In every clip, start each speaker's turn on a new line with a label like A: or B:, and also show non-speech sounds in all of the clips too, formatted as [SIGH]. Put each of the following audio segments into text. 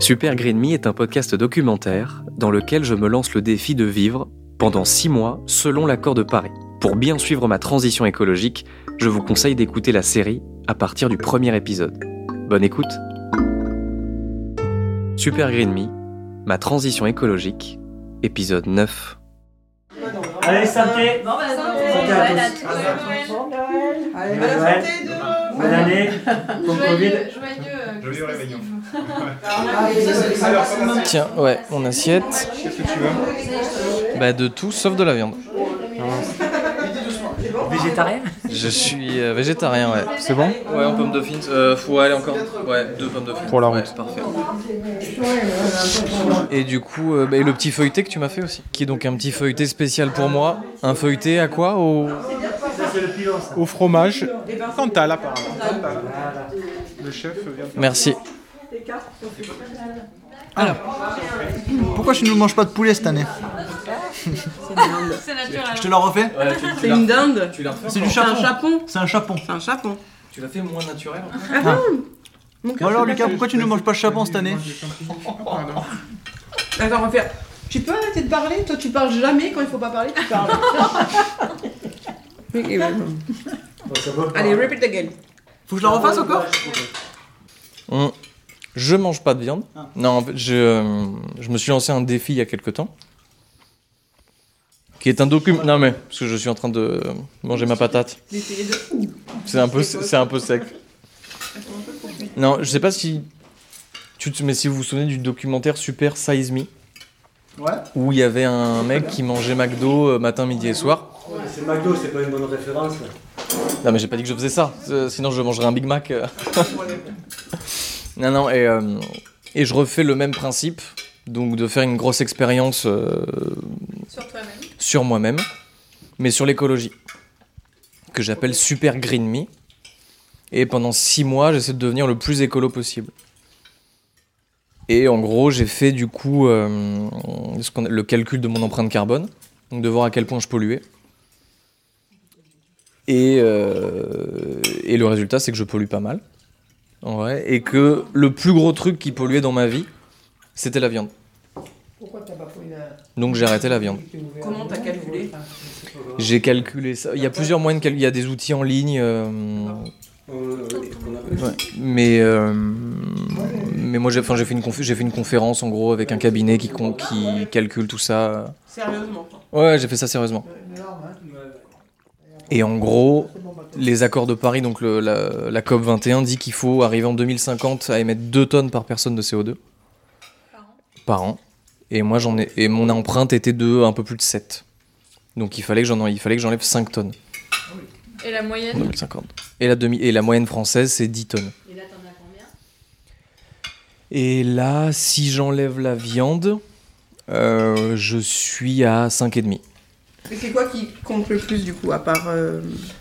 A: Super Green Me est un podcast documentaire dans lequel je me lance le défi de vivre pendant six mois selon l'accord de Paris. Pour bien suivre ma transition écologique, je vous conseille d'écouter la série à partir du premier épisode. Bonne écoute Super Green Me, ma transition écologique, épisode 9.
B: Allez, santé
C: Bon, bah, santé,
B: Santé à
C: Noël
B: tous.
C: à tous.
B: Bonne
C: Joyeux
D: bonne
B: Noël.
D: santé, de-
B: Bonne année Bon Covid
C: Noël. Joyeux, joyeux, euh,
E: Joyeux
C: Christmas
E: réveillon.
C: Eve.
D: Alors,
F: Tiens, ouais, mon assiette.
D: Qu'est-ce que tu veux
F: Bah de tout sauf de la viande.
B: Végétarien
F: Je suis euh, végétarien, ouais. C'est bon Ouais, en pomme dauphine. Euh, faut aller encore. Ouais, deux pommes dauphines.
D: Pour la route.
F: Ouais, parfait. Et du coup, euh, bah, et le petit feuilleté que tu m'as fait aussi, qui est donc un petit feuilleté spécial pour moi. Un feuilleté à quoi Au
D: Au fromage. Cantal, apparemment. Le chef vient de...
F: Merci.
G: Pourquoi je ne mange pas de poulet cette année
C: C'est naturel.
G: Je te la refais
D: C'est une dinde.
F: Tu l'as fait
G: C'est du chapon.
D: chapon.
G: C'est un chapon.
D: C'est un chapon.
F: Tu l'as fait moins naturel.
G: Bon alors Lucas, pourquoi tu ne manges pas de chapon cette année
D: Attends, on va faire. Tu peux arrêter de parler Toi, tu parles jamais quand il faut pas parler, tu parles. Ok, ouais. Allez, repeat again.
G: Faut que je la refasse encore
F: Je mange pas de viande. Non, en fait, je, euh, je me suis lancé un défi il y a quelque temps. Qui est un document. Non, mais, parce que je suis en train de manger ma patate.
D: D'essayer de.
F: C'est un peu, c'est un peu sec. Non, je sais pas si. Tu te- mais si vous vous souvenez du documentaire Super Size Me,
G: Ouais.
F: où il y avait un mec qui mangeait McDo euh, matin, midi et soir.
B: C'est McDo, c'est pas une bonne référence.
F: Non, mais j'ai pas dit que je faisais ça, euh, sinon je mangerais un Big Mac. euh. [LAUGHS] non, non, et, euh, et je refais le même principe, donc de faire une grosse expérience euh,
C: Sur toi-même.
F: sur moi-même, mais sur l'écologie, que j'appelle Super Green Me. Et pendant six mois, j'essaie de devenir le plus écolo possible. Et en gros, j'ai fait du coup euh, ce qu'on- le calcul de mon empreinte carbone, donc de voir à quel point je polluais. Et, euh, et le résultat, c'est que je pollue pas mal, en vrai, et que le plus gros truc qui polluait dans ma vie, c'était la viande. Donc j'ai arrêté la viande.
D: Comment t'as calculé
F: J'ai calculé ça. Il y a plusieurs moyens de calculer. Il y a des outils en ligne. euh,
B: euh,
F: ouais. Mais, euh, mais moi, j'ai enfin, j'ai fait, une confé- j'ai fait une conférence en gros avec un cabinet qui, con- qui calcule tout ça.
D: Sérieusement.
F: Ouais, j'ai fait ça sérieusement. Et en gros, les accords de Paris, donc le- la, la COP 21, dit qu'il faut arriver en 2050 à émettre 2 tonnes par personne de CO2
C: Par an.
F: par an. Et moi, j'en ai, et mon empreinte était de un peu plus de 7. Donc il fallait que j'en, en- il fallait que j'enlève 5 tonnes
C: Et la
F: en
C: moyenne
F: 2050. Et la demi, et la moyenne française, c'est 10 tonnes.
C: Et là, t'en as combien
F: Et là, si j'enlève la viande, euh, je suis à 5,5.
D: Et c'est quoi qui compte le plus du coup, à part. euh,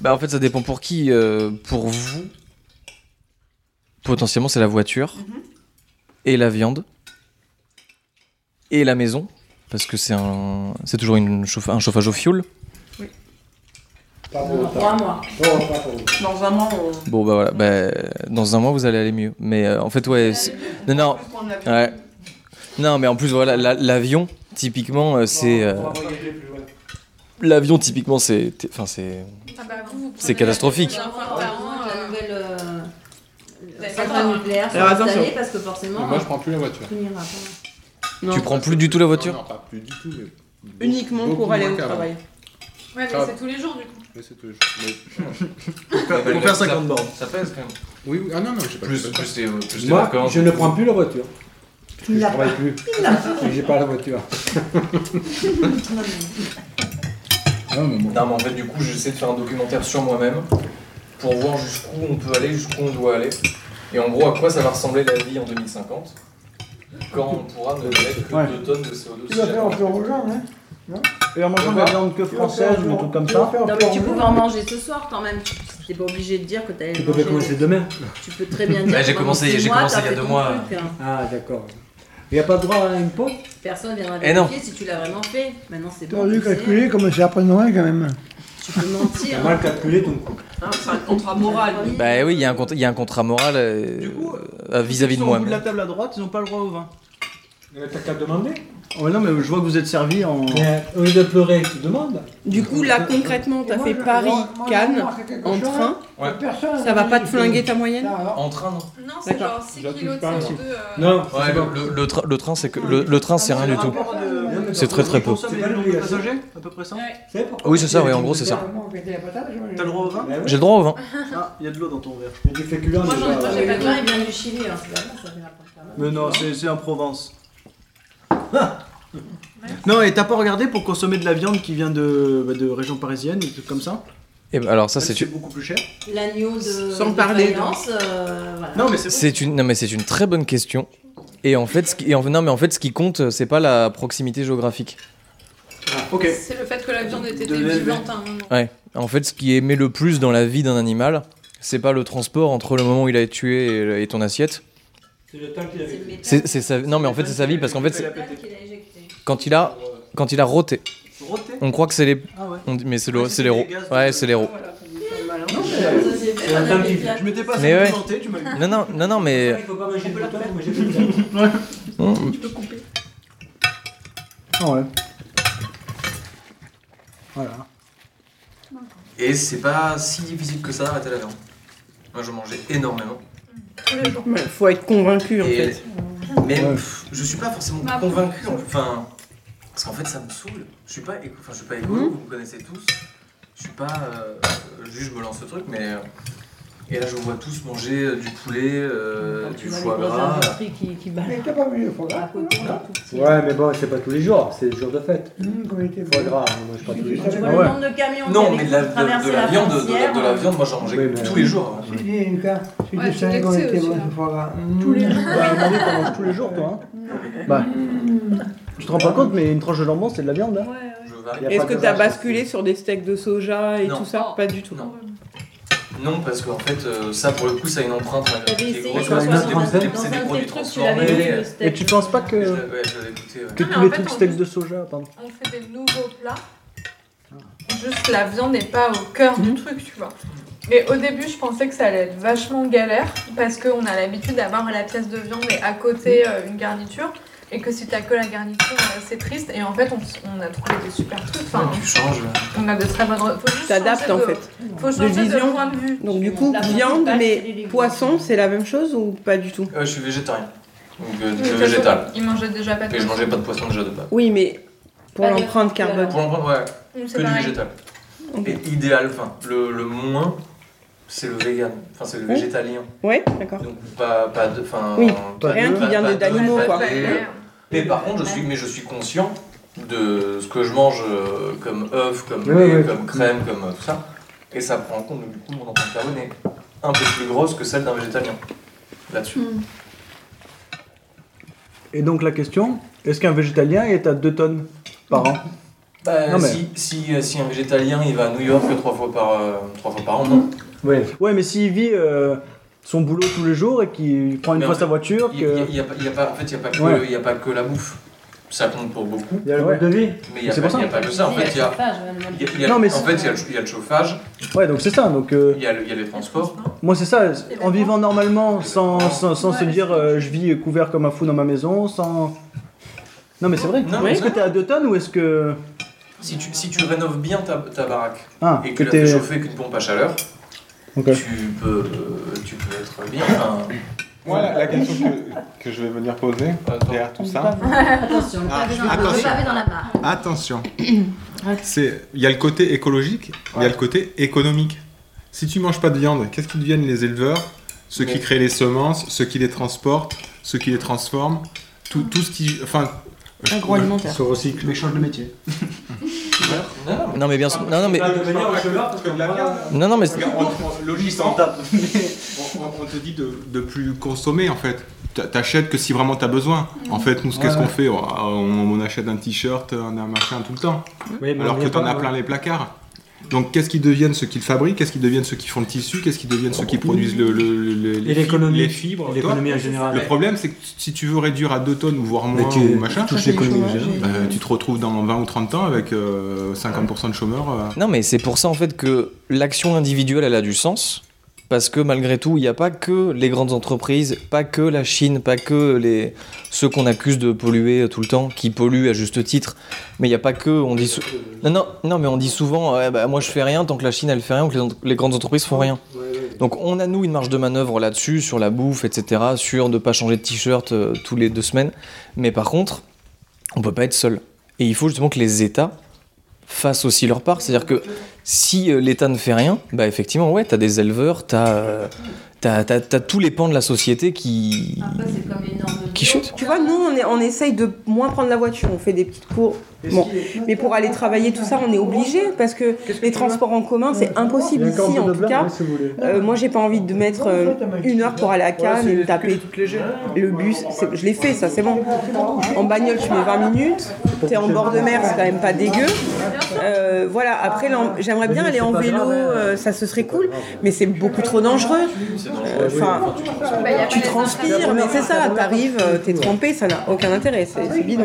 F: Bah en fait ça dépend pour qui. euh, pour vous, potentiellement c'est la voiture
D: Mhm.
F: et la viande et la maison parce que c'est un c'est toujours une chauffa- un chauffage au fioul.
C: Trois mois.
D: Dans un mois, on.
F: Bon bah voilà, bah, dans un mois vous allez aller mieux. Mais euh, en fait ouais, c'est- non non,
D: Prendre la-
F: ouais. non mais en plus voilà la- l'avion typiquement euh, c'est euh,
B: Oh,
F: l'avion typiquement c'est enfin c'est
C: Ah bah, vous, vous prenez
F: C'est catastrophique.
C: un enfant par an,
H: la
C: euh,
H: nouvelle euh, centrale
C: D'accord.
H: nucléaire
D: Alors,
H: sera installée
D: attention.
H: parce que forcément.
E: Moi, je prends plus la voiture.
H: on finira pas.
D: Non.
F: tu prends plus du tout la voiture.
E: Non, non, pas plus du tout, mais.
D: Uniquement
E: beaucoup
D: pour aller
E: moins
D: au
E: qu'avant.
D: travail. Ah,
C: Ouais, mais c'est tous les jours du coup.
E: Mais c'est toujours- mais-
G: Pour faire 50 bornes.
F: Ça pèse quand même.
E: Oui, oui, ah non, non, j'ai pas
F: Plus
E: j'ai pas-
F: plus
I: euh,
F: tes- plus tes
B: Moi,
F: vacances.
B: je ne prends plus la voiture.
H: Tu l'as pas.
B: plus. Et j'ai pas la voiture.
E: Non, mais bon.
F: Non, mais en fait, du coup, j'essaie de faire un documentaire sur moi-même
I: pour voir jusqu'où on peut aller, jusqu'où on doit aller. Et en gros, à quoi ça va ressembler la vie en 2050 quand on pourra ne mettre que
G: Ouais.
I: 2 tonnes de CO2
G: Tu vas faire un peu rougeant, hein Non Et en mangeant de la viande que française ou un truc comme ça
H: Non, mais tu pouvais en manger ce soir quand même. Tu n'es pas obligé de dire que tu allais
B: Tu
H: le
B: peux pas
H: manger.
B: commencer demain.
H: Tu peux très bien dire.
I: Bah, j'ai
H: que
I: commencé-
H: pendant six
I: j'ai
H: mois,
I: commencé
H: t'as
I: il y a
H: fait
I: deux
H: ton
I: mois.
H: truc, hein.
B: Ah, d'accord. Il n'y a pas droit à un pot
H: Personne viendra
I: Eh non.
H: vérifier si tu l'as vraiment fait. Maintenant, c'est bon.
G: T'aurais dû
H: tu sais.
G: calculer comme c'est après Noël quand même.
H: Tu peux mentir.
B: T'as mal calculé ton coup.
J: Hein, c'est un contrat moral.
I: Bah oui, il y, a un cont- il y a un contrat moral euh,
G: Du coup,
I: euh, vis-à-vis de
G: Ils sont
I: moi.
G: Au bout de la table à droite, ils n'ont pas le droit au vin.
B: Euh, T'as qu'à demander.
G: Oh, non, mais je vois que vous êtes servi en.
B: Mais euh, au lieu de pleurer, tu demandes.
K: Du coup, là, concrètement, t'as fait Paris-Cannes en train.
I: Ouais.
K: Ça va pas te flinguer ta moyenne
I: En train, non
C: Non, c'est
K: D'accord.
C: genre 6
E: Déjà,
C: kilos
E: tu
C: de
E: parles.
C: CO2. euh,
B: Non,
I: Ouais,
B: c'est bon.
I: le, le train- le train, c'est que le, le train, c'est rien du tout. C'est très, très peu.
G: C'est pas le nombre de passagers À peu près ça
C: ouais.
B: C'est pourquoi
I: Oui, c'est ça. Oui, en gros, c'est ça.
G: T'as le droit au vin
B: Ben
I: J'ai
B: oui,
I: le droit au vin.
G: Ah, il y a de l'eau dans ton verre.
B: mais tu fais que l'un
C: Moi, j'en ai
B: déjà. [LAUGHS]
C: pas, j'ai pas de
H: Le vin,
C: vin.
H: il vient du Chili. hein. C'est vraiment, ça vient pas de là-bas.
G: Mais non, c'est c'est en Provence. Ah non, et t'as pas regardé pour consommer de la viande qui vient de, bah, de région parisienne, des trucs comme ça
I: Et ben, alors ça,
G: Même si
I: c'est une,
G: beaucoup plus cher.
H: L'agneau de.
K: Sans
H: de
K: parler de-
H: Fayence, euh, voilà.
G: Non, mais c'est
I: c'est une, non mais c'est une très bonne question. Et en fait, ce qui, et en- non mais en fait, ce qui compte, c'est pas la proximité géographique.
G: Ah, Ok.
C: C'est le fait que la viande ait été
G: De l'élever.
C: vivante à un moment.
I: Ouais. En fait, ce qui émet le plus dans la vie d'un animal, c'est pas le transport entre le moment où il a été tué et, et ton assiette.
B: C'est le temps qu'il
H: C'est le métal.
I: C'est, c'est sa, non mais en fait, c'est sa vie parce qu'en fait,
H: C'est
I: c'est-
H: le métal qu'il a éjecté.
I: quand il a, quand il a roté,
G: Roté
I: on croit que c'est les,
G: Ah ouais.
I: on dit- mais c'est le, c'est les ro- Ouais, c'est les ro-
H: Ça, c'est fait par
B: un temps
H: la
B: qu'il-
H: métal.
G: Je m'étais pas
I: Mais ouais.
G: planté, tu m'as eu.
I: Non non non non mais.
B: Il faut pas manger le temps, faut manger le temps.
G: Ah ouais. Voilà.
F: Et c'est pas si difficile que ça d'arrêter la viande. Moi, je mangeais énormément.
K: Ouais, Faut être convaincu en
F: Et-
K: fait.
F: Mais
G: Ouais.
F: pff, je suis pas forcément
C: Ma
F: convaincu. en- Enfin, parce qu'en fait, ça me saoule. Je suis pas, éco- enfin, je suis pas écolo.
K: Mhm.
F: Vous me connaissez tous. Je suis pas. euh, juste, je me lance ce truc, mais. euh, Et là, je vois tous manger euh, du poulet, euh,
H: Quand tu
F: du
H: vois les
F: foie
H: gros
F: gras.
H: industries qui, qui battent
G: Mais t'as pas vu le foie
H: à côté, on
F: Ah.
H: est tout petit.
B: Ouais, mais bon, c'est pas tous les jours, c'est le jour de fête.
G: Comme il était
B: Foie gras, on mange pas tous les jours.
H: Tu vois
G: Ouais.
H: le nombre de camions qui
F: Non,
H: avaient
F: mais de la, de-
H: traversé
F: de la viande, de, la- de la
H: frontière.
F: viande, moi, j'en mangeais
B: Oui, mais-
F: tous les jours. hein.
G: Il y a une carte.
C: Ouais, tu l'as que c'est aussi, là.
G: Tous les jours. Bah, aujourd'hui, t'en manges tous les jours, toi. Hein. Bah. Tu te rends pas compte, mais une tranche de jambon, c'est de la viande. Hein.
F: Je varie.
B: Y a
K: Est-ce
B: pas
K: que
B: de
K: t'as
B: vache.
K: basculé sur des steaks de soja et
F: Non.
K: tout ça Pas du tout.
F: Non. Non, parce qu'en fait, euh, ça, pour le coup, ça a une empreinte. hein,
H: T'avais
F: qui est
H: essayé
F: grosse,
H: dans
F: parce que
B: un
F: c'est des-
B: concept,
F: des-
H: dans
F: C'est des
H: un
F: produits
H: steak truc, tu l'avais
F: transformés.
H: mis, le
F: Et
H: steak.
G: Et tu penses pas
F: je
G: que,
F: l'avais- ouais, je l'avais goûté. ouais.
G: que
C: Non, mais
G: tous
C: en
G: les
C: fait,
G: trucs
C: on-
G: steaks de soja, pardon.
C: On fait des nouveaux plats. Juste la viande n'est pas au cœur
K: Mhm.
C: du truc, tu vois. Mais au début, je pensais que ça allait être vachement galère parce qu'on a l'habitude d'avoir la pièce de viande et à côté
K: Mhm.
C: euh, une garniture. Et que si t'as que la garniture, euh, c'est triste. Et en fait, on, s- on a trouvé des super trucs. Enfin,
F: Tu changes.
C: on a de très bonnes. re- Faut juste
K: T'adaptes
C: changer
K: en
C: de-
K: fait.
C: Faut changer de,
K: vision.
C: point de vue.
K: Donc du coup,
H: La
K: viande
H: principale, c'est les
K: mais
H: légumes.
K: poisson, c'est la même chose ou pas du tout
F: Ouais, je suis végétarien. Donc, euh, je
C: Mais
F: suis
C: de toute façon,
F: végétal.
C: Ils mangeaient déjà pas
F: Et
C: de
F: je
C: viande.
F: mangeais pas de poisson déjà de base.
K: Oui, mais pour
H: Pas de-
K: l'empreinte carbone.
F: Pour l'empreinte, ouais,
C: Donc,
F: que
C: C'est
F: du
C: pareil.
F: végétal.
K: Ok.
F: Et idéal, enfin, le, le moins, c'est le vegan. Enfin, c'est le
K: Oui.
F: végétalien.
K: Ouais, d'accord.
F: Donc, pas, pas de. Enfin,
K: Oui,
F: pas
K: rien
F: de-
K: qui
F: pas-
K: vient
F: pas
K: de- d'animaux,
F: pas de
K: quoi.
F: lait. Mais par contre, je suis, mais je suis conscient de ce que je mange euh, comme œuf, comme
B: Ouais,
F: lait,
B: ouais.
F: comme crème, comme euh, tout ça. Et ça prend en compte, donc, du coup, mon empreinte carbone est un peu plus grosse que celle d'un végétalien. Là-dessus.
G: Et donc la question, est-ce qu'un végétalien est à 2 tonnes par an
F: Bah,
G: Non, mais-
F: si, si, euh, si un végétalien il va à New York trois fois par, euh, trois fois par an,
G: Mm.
F: non.
B: Ouais.
G: Ouais, mais s'il vit euh, son boulot tous les jours et qu'il prend une
F: Mais
G: fois
F: en fait,
G: sa voiture,
F: Il
G: que...
F: il y, a pas- il y a pas, en fait, il y a pas que,
G: Ouais.
F: il y a pas que la bouffe. Ça compte pour beaucoup,
B: Il y a le
G: Ouais.
B: mode de vie.
F: mais il y a,
G: C'est
F: pas-
G: pour ça.
F: il y a pas que ça. En
H: Si,
F: fait, il y a,
H: la chauffage, ouais, le monde-
F: il y a- il y a-
G: Non, mais
F: en fait, il y a le, il y a le chauffage,
G: ouais, donc c'est ça. Donc euh,
F: il y a, le- il y a les transports.
G: moi c'est ça, en vivant normalement, sans,
F: Ouais.
G: sans, sans se dire euh, je vis couvert comme un fou dans ma maison, sans... Non mais c'est vrai.
F: Non, mais
G: Est-ce que
F: c'est
G: t'es à 2 tonnes ou est-ce que...
F: Si tu, si tu rénoves bien ta, ta baraque
G: Ah,
F: et que
G: que
F: tu la fais
G: t'es...
F: chauffer qu'une pompe à chaleur,
G: Ok.
F: tu peux, euh, tu peux être bien. Enfin,
E: Moi, la, la question que, que je vais venir poser
F: Attends.
E: derrière tout ça,
H: Attention, le
E: Ah,
H: pavé dans- le
E: attention.
H: pavé dans la mare.
E: attention, c'est il y a le côté écologique, il y a le côté économique. Si tu manges pas de viande, qu'est-ce qui deviennent les éleveurs, ceux
F: Ouais.
E: qui créent les semences, ceux qui les transportent, ceux qui les transforment, tout, tout ce qui, enfin,
K: Agroalimentaire.
B: Se recycle.
G: change de métier.
I: Non, mais bien sûr. Non, non, mais.
E: Ah, de manière chelou, parce que de la merde.
I: Non, non, mais c'est-
E: Regarde, on- on- Logiquement, on, on- on te dit de, de plus consommer en fait. T'a- T'achètes que si vraiment t'as besoin. En fait, nous,
G: Ouais,
E: qu'est-ce
G: ouais.
E: qu'on fait on, on- on achète un t-shirt, un un machin tout le temps.
G: Oui, mais on
E: Alors
G: y
E: que
G: est
E: t'en
G: pas,
E: as
G: ouais.
E: plein les placards. Donc, qu'est-ce qu'ils deviennent ceux qui le fabriquent Qu'est-ce qu'ils deviennent ceux qui font le tissu Qu'est-ce qu'ils deviennent ceux qui produisent le, le- le- les,
G: Et l'économie.
E: fibres, les fibres,
G: L'économie
E: toi
G: en général.
E: Le problème, c'est que si tu veux réduire à 2 tonnes ou voire
G: Mais
E: moins,
G: tu-
E: ou machin,
G: touches l'économie en général.
E: bah, tu te retrouves dans 20 ou 30 ans avec euh, 50% de chômeurs. euh,
I: Non, mais c'est pour ça en fait que l'action individuelle, elle a du sens. Parce que malgré tout, il n'y a pas que les grandes entreprises, pas que la Chine, pas que les... ceux qu'on accuse de polluer tout le temps, qui polluent à juste titre. Mais il n'y a pas que. On dit sou- non, non, non, mais on dit souvent euh, bah, moi je fais rien tant que la Chine elle fait rien ou que les, entre- les grandes entreprises font rien. Donc on a nous une marge de manœuvre là-dessus, sur la bouffe, etc., sur ne pas changer de t-shirt euh, tous les deux semaines. Mais par contre, on peut pas être seul. Et il faut justement que les États fassent aussi leur part. C'est-à-dire que si euh, l'État ne fait rien, bah effectivement, ouais, t'as des éleveurs, t'as euh, t'as- t'as- t'as tous les pans de la société qui, qui chutent.
D: Tu vois, nous, on, est- on essaye de moins prendre la voiture. On fait des petites cours. Bon. Mais pour aller travailler, tout ça, on est obligé parce que les transports en commun, c'est impossible
G: Il y a
D: ici,
G: encore
D: en
G: de
D: tout
G: blabla,
D: cas.
G: hein, si vous voulez.
D: Euh, moi, j'ai pas envie de mettre euh, une heure pour aller à Cannes et me taper le bus. c'est- Je l'ai fait, ça, c'est bon. En bagnole, tu mets 20 minutes. T'es en bord de mer, c'est quand même pas dégueu. Euh, voilà, après, l'en- j'aimerais bien aller en vélo, euh, ça, ce serait cool. Mais c'est beaucoup trop dangereux. Euh, Enfin,
C: Bah,
D: tu transpires, mais c'est ça. T'arrives, euh, t'es trempé, ça n'a aucun intérêt. C'est c'est bidon.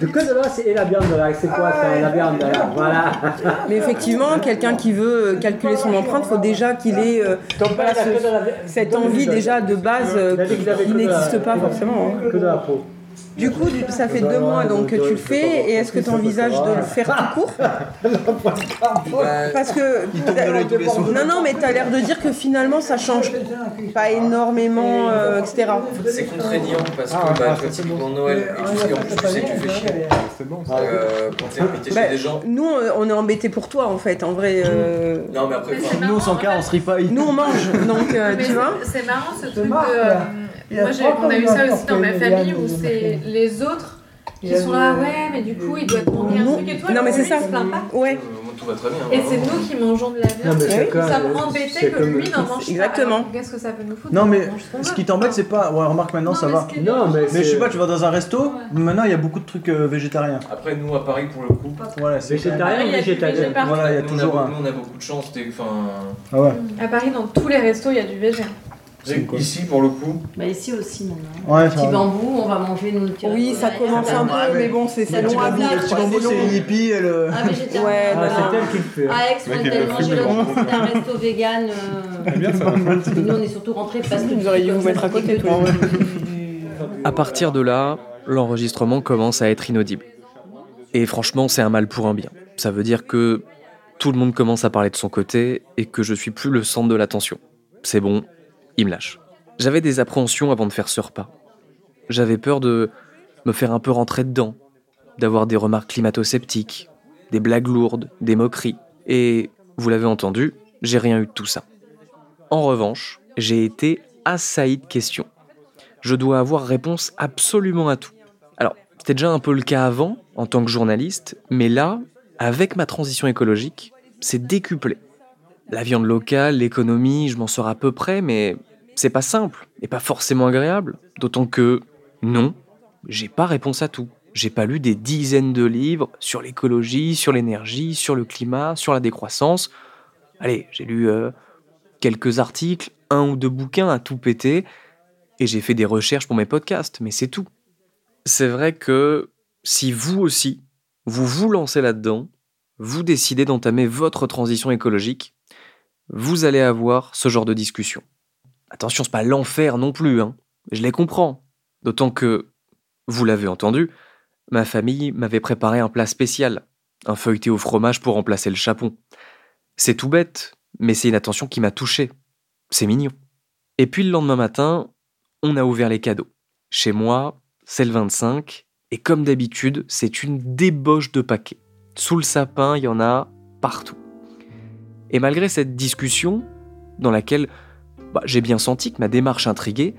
L: De que de là, c'est et la viande de là, c'est quoi ça La viande de là, voilà.
D: Mais effectivement, quelqu'un qui veut euh, calculer son empreinte, faut déjà qu'il ait euh, voilà,
L: la
D: ce-
L: queue de la-
D: cette envie déjà de base euh, qui qui n'existe pas forcément. hein.
G: Que de la peau.
D: Du coup, du- ça fait deux mois donc que tu le fais, et est-ce que tu envisages de le faire tout court
I: Bah,
D: Parce que non, non, mais t'as l'air de dire que finalement ça change pas énormément, euh, etc.
I: C'est contraignant parce que bah, typiquement Noël et tout, et en plus tu sais que tu fais chier. Euh, quand t'es invité
D: Bah,
I: chez des gens.
D: nous, on- on est embêtés pour toi en fait, en vrai. euh,
I: Non mais après. enfin,
D: Nous, on s'en on se ripaille. Nous, on mange, donc euh,
C: Mais
D: tu vois.
C: c'est- C'est marrant ce truc de.
D: marrant,
C: euh,
D: là.
G: Il y a
C: moi, j'ai-
G: trois
C: on a eu
G: fois,
C: ça
G: il y a
C: aussi dans ma
G: encore
C: famille
G: Yann,
C: où
G: il y a
C: c'est les autres
D: Il
C: qui
D: y a
C: sont là,
D: le-
C: ouais, mais du coup, il doit te manquer un truc et toi.
D: Non,
C: le
D: mais c'est
C: premier,
D: ça.
C: il se plaint pas.
D: Ouais.
I: euh, Tout va très bien. hein.
C: Et c'est nous qui mangeons de la viande.
G: Non, mais
C: et nous
G: chacun,
C: sommes
G: euh,
C: embêtés
G: c'est
C: que
G: comme-
C: lui n'en mange pas.
G: Exactement.
C: Alors, Qu'est-ce que ça peut nous foutre
G: Non
C: qu'on
G: mais
C: mange ce qu'on
G: ce
C: veut.
G: qui t'embête c'est pas. Ouais, remarque maintenant ça va. Non mais je sais pas, tu vas dans un resto, maintenant il y a beaucoup de trucs euh, végétariens.
I: Après nous à Paris pour le coup.
G: Voilà, c'est
C: Végétarien ou végétalien
G: Voilà, il y a
I: Nous, on
G: toujours
I: beau-
G: un.
I: nous, on a beaucoup de chance. t'es- Enfin.
G: Ah ouais.
C: À Paris, dans tous les restos, il y a du végé.
I: Ici pour le coup.
H: Bah ici aussi maintenant.
G: Ouais,
H: Petit bambou, on va manger nos petits Ah, bah,
D: Oui, ça commence un
G: Ah,
D: peu, mais bon, c'est c'est
G: Le petit
D: long à
G: bambou-
D: venir.
G: le petit bambou, c'est une hippie, elle. euh,
H: Ah, mais j'étais
D: Ouais,
G: Ah,
D: non, non.
G: c'est elle qui le fait.
H: À Aix, on
G: Mec,
H: est
G: elle
H: allé
G: peut
H: manger
G: fumer,
H: l'autre
G: bon.
H: jour, c'était un resto vegan. euh,
G: Eh
H: Nous, on est surtout rentrés parce que
D: Vous auriez dû vous mettre à côté, toi.
F: À partir de là, l'enregistrement commence à être inaudible. Et franchement, c'est un mal pour un bien. Ça veut dire que tout le monde commence à parler de son côté et que je suis plus le centre de l'attention. C'est bon, il me lâche. J'avais des appréhensions avant de faire ce repas. J'avais peur de me faire un peu rentrer dedans, d'avoir des remarques climato-sceptiques, des blagues lourdes, des moqueries. Et vous l'avez entendu, j'ai rien eu de tout ça. En revanche, j'ai été assailli de questions je dois avoir réponse absolument à tout. Alors, c'était déjà un peu le cas avant, en tant que journaliste, mais là, avec ma transition écologique, c'est décuplé. La viande locale, l'économie, je m'en sors à peu près, mais c'est pas simple et pas forcément agréable. D'autant que, non, j'ai pas réponse à tout. J'ai pas lu des dizaines de livres sur l'écologie, sur l'énergie, sur le climat, sur la décroissance. Allez, j'ai lu euh, quelques articles, un ou deux bouquins à tout péter, et j'ai fait des recherches pour mes podcasts, mais c'est tout. C'est vrai que si vous aussi, vous vous lancez là-dedans, vous décidez d'entamer votre transition écologique, vous allez avoir ce genre de discussion. Attention, c'est pas l'enfer non plus, hein. je les comprends. D'autant que, vous l'avez entendu, ma famille m'avait préparé un plat spécial, un feuilleté au fromage pour remplacer le chapon. C'est tout bête, mais c'est une attention qui m'a touché. C'est mignon. Et puis le lendemain matin, on a ouvert les cadeaux. Chez moi, c'est le 25, et comme d'habitude, c'est une débauche de paquets. Sous le sapin, il y en a partout. Et malgré cette discussion, dans laquelle bah, j'ai bien senti que ma démarche intriguait,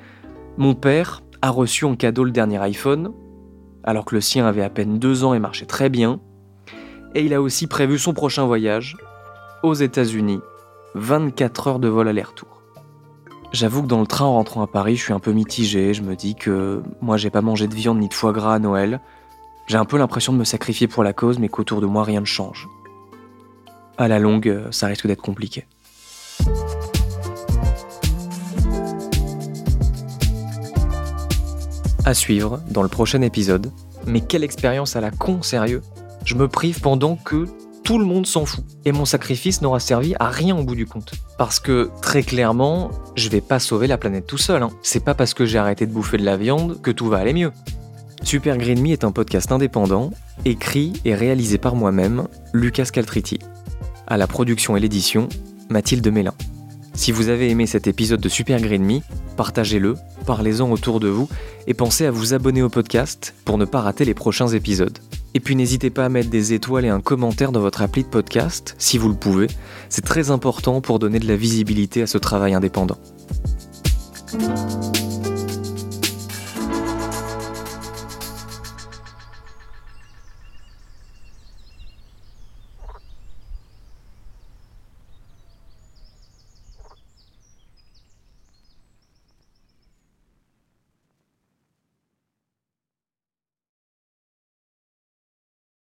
F: mon père a reçu en cadeau le dernier iPhone, alors que le sien avait à peine deux ans et marchait très bien. et il a aussi prévu son prochain voyage aux États-Unis, 24 heures de vol aller-retour. J'avoue que dans le train en rentrant à Paris, je suis un peu mitigé, je me dis que moi j'ai pas mangé de viande ni de foie gras à Noël. J'ai un peu l'impression de me sacrifier pour la cause, mais qu'autour de moi rien ne change. À la longue, euh, ça risque d'être compliqué. À suivre dans le prochain épisode. Mais quelle expérience à la con, sérieux Je me prive pendant que tout le monde s'en fout. Et mon sacrifice n'aura servi à rien au bout du compte. Parce que, très clairement, je vais pas sauver la planète tout seul. hein. C'est pas parce que j'ai arrêté de bouffer de la viande que tout va aller mieux. Super Green Me est un podcast indépendant, écrit et réalisé par moi-même, Lucas Caltriti. À la production et l'édition, Mathilde Mélin. Si vous avez aimé cet épisode de Super Green Me, partagez-le, parlez-en autour de vous et pensez à vous abonner au podcast pour ne pas rater les prochains épisodes. Et puis n'hésitez pas à mettre des étoiles et un commentaire dans votre appli de podcast si vous le pouvez, c'est très important pour donner de la visibilité à ce travail indépendant.